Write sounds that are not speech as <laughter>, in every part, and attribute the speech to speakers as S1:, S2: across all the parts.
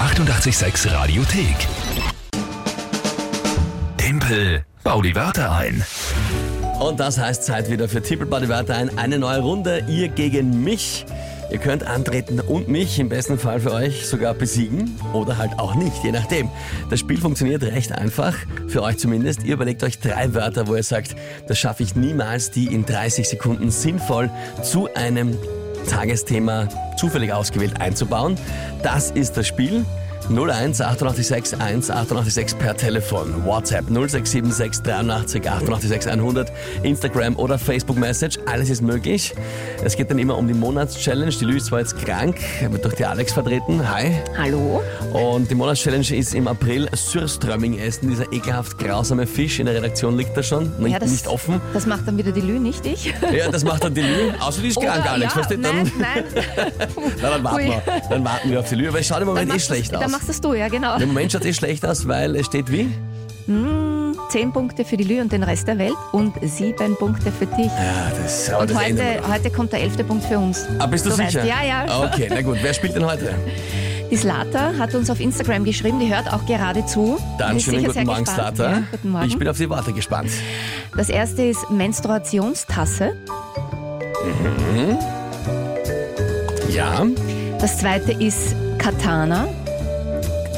S1: 886 Radiothek. Tempel, bau die Wörter ein.
S2: Und das heißt Zeit wieder für Tippelbau die Wörter ein. Eine neue Runde, ihr gegen mich. Ihr könnt antreten und mich im besten Fall für euch sogar besiegen oder halt auch nicht, je nachdem. Das Spiel funktioniert recht einfach, für euch zumindest. Ihr überlegt euch drei Wörter, wo ihr sagt, das schaffe ich niemals, die in 30 Sekunden sinnvoll zu einem Tagesthema zufällig ausgewählt einzubauen. Das ist das Spiel. 01 886 1886 per Telefon, WhatsApp 0676 83 886 100, Instagram oder Facebook Message, alles ist möglich. Es geht dann immer um die Monatschallenge. Die Lü ist zwar jetzt krank, wird durch die Alex vertreten. Hi.
S3: Hallo?
S2: Und die Monatschallenge ist im April Surströmming essen. Dieser ekelhaft grausame Fisch in der Redaktion liegt da schon, nicht,
S3: das,
S2: nicht offen.
S3: Das macht dann wieder die Lü, nicht ich.
S2: Ja, das macht dann die Lü. Außer die ist krank,
S3: Oder-
S2: Alex.
S3: ja, ne?
S2: versteht?
S3: nein,
S2: Dann,
S3: nein.
S2: <laughs> Na, dann warten
S3: Ui.
S2: wir. Dann warten wir auf die Lü. Aber es schaut im
S3: Dann
S2: Moment eh
S3: machst
S2: schlecht
S3: du's-
S2: aus.
S3: Dann machst das du, ja genau.
S2: Im Moment schaut es eh schlecht aus, weil es steht wie?
S3: Zehn Punkte für die Lü und den Rest der Welt und sieben Punkte für dich.
S2: Ja, das, aber
S3: und
S2: das ändern wir
S3: heute,
S2: noch.
S3: heute kommt der elfte Punkt für uns.
S2: Ah, bist du,
S3: Du weißt,
S2: sicher? Ah,
S3: ja, ja.
S2: Okay, na gut. Wer spielt denn heute?
S3: Die Slata hat uns auf Instagram geschrieben, die hört auch gerade zu. Die
S2: Dann
S3: ist
S2: schönen
S3: sicher
S2: guten
S3: sehr
S2: Morgen,
S3: gespannt.
S2: Starter.
S3: Ja, guten Morgen.
S2: Ich bin auf die Worte gespannt.
S3: das erste ist Menstruationstasse.
S2: Ja,
S3: Das zweite ist Katana,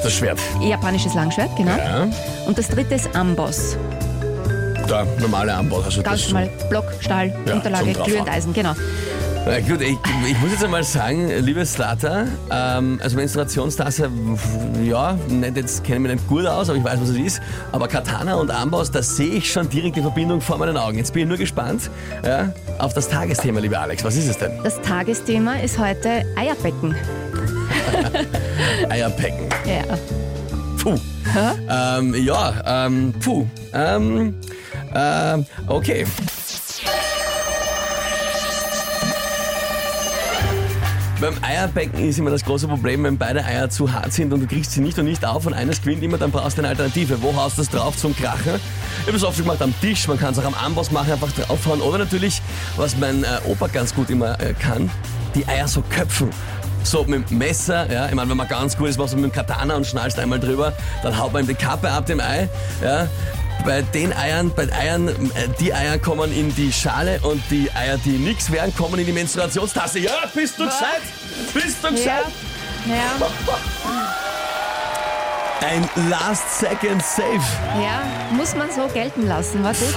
S2: das Schwert.
S3: japanisches Langschwert, genau.
S2: Ja,
S3: Und das dritte ist Amboss.
S2: der normale Anbau. Also
S3: Ganz
S2: das-
S3: normal Block, Stahl,
S2: Ja,
S3: Unterlage,
S2: zum draufhauen.
S3: Glühendeisen, genau.
S2: Na gut, ich, ich muss jetzt einmal sagen, liebe Slater, ähm, also Menstruationstasse, ja, nicht, jetzt kenne ich mich nicht gut aus, aber ich weiß, was es ist. Aber Katana und Amboss, da sehe ich schon direkt die Verbindung vor meinen Augen. Jetzt bin ich nur gespannt ja, auf das Tagesthema, lieber Alex. Was ist es denn?
S3: Das Tagesthema ist heute Eierbecken.
S2: Eierpecken.
S3: Ja.
S2: Puh. Ähm, ja, ähm, puh. Ähm, ähm, okay. Beim Eierbecken ist immer das große Problem, wenn beide Eier zu hart sind und du kriegst sie nicht und nicht auf und eines gewinnt immer, dann brauchst du eine Alternative. Wo haust du es drauf zum Krachen? Ich habe es oft gemacht am Tisch, man kann es auch am Amboss machen, einfach draufhauen. Oder natürlich, was mein äh, Opa ganz gut immer äh, kann, die Eier so köpfen. So mit dem Messer, ja, ich meine, wenn man ganz gut ist, machst du mit dem Katana und schnallst einmal drüber, dann haut man ihm die Kappe ab dem Ei, ja. Bei den Eiern, bei Eiern, äh, die Eier kommen in die Schale und die Eier, die nix wären, kommen in die Menstruationstasse. Ja, bist du gescheit? Bist du gescheit?
S3: Ja.
S2: Ein Last Second Save.
S3: ja, muss man so gelten lassen, was ist?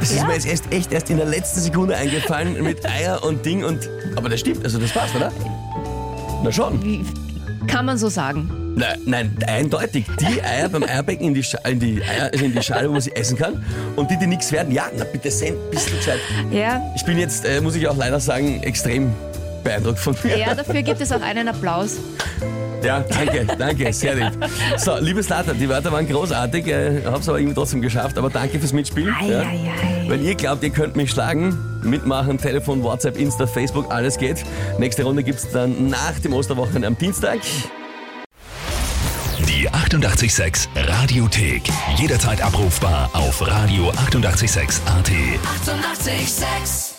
S2: Das ist
S3: Ja.
S2: mir jetzt erst, echt erst in der letzten Sekunde eingefallen mit Eier und Ding und. Aber das stimmt, also das passt, oder? Na schon.
S3: Wie, kann man so sagen.
S2: Nein, nein, eindeutig. Die Eier beim Eierbecken in die, Scha in die, Eier, also in die Schale, wo man sie essen kann. Und die, die nichts werden, ja, na bitte send, bist du gescheit.
S3: Ja.
S2: Ich bin jetzt, äh, muss ich auch leider sagen, extrem beeindruckt von mir.
S3: Ja, dafür gibt es auch einen Applaus.
S2: Ja, danke, danke, sehr lieb. So, liebe Starter, die Wörter waren großartig, äh, hab's aber irgendwie trotzdem geschafft, aber danke fürs Mitspielen.
S3: Ei,
S2: ja.
S3: ei, ei.
S2: Wenn ihr glaubt, ihr könnt mich schlagen, mitmachen, Telefon, WhatsApp, Insta, Facebook, alles geht. Nächste Runde gibt's dann nach dem Osterwochenende am Dienstag.
S1: Die 886 Radiothek. Jederzeit abrufbar auf radio886.at. 886! 886.
S4: 886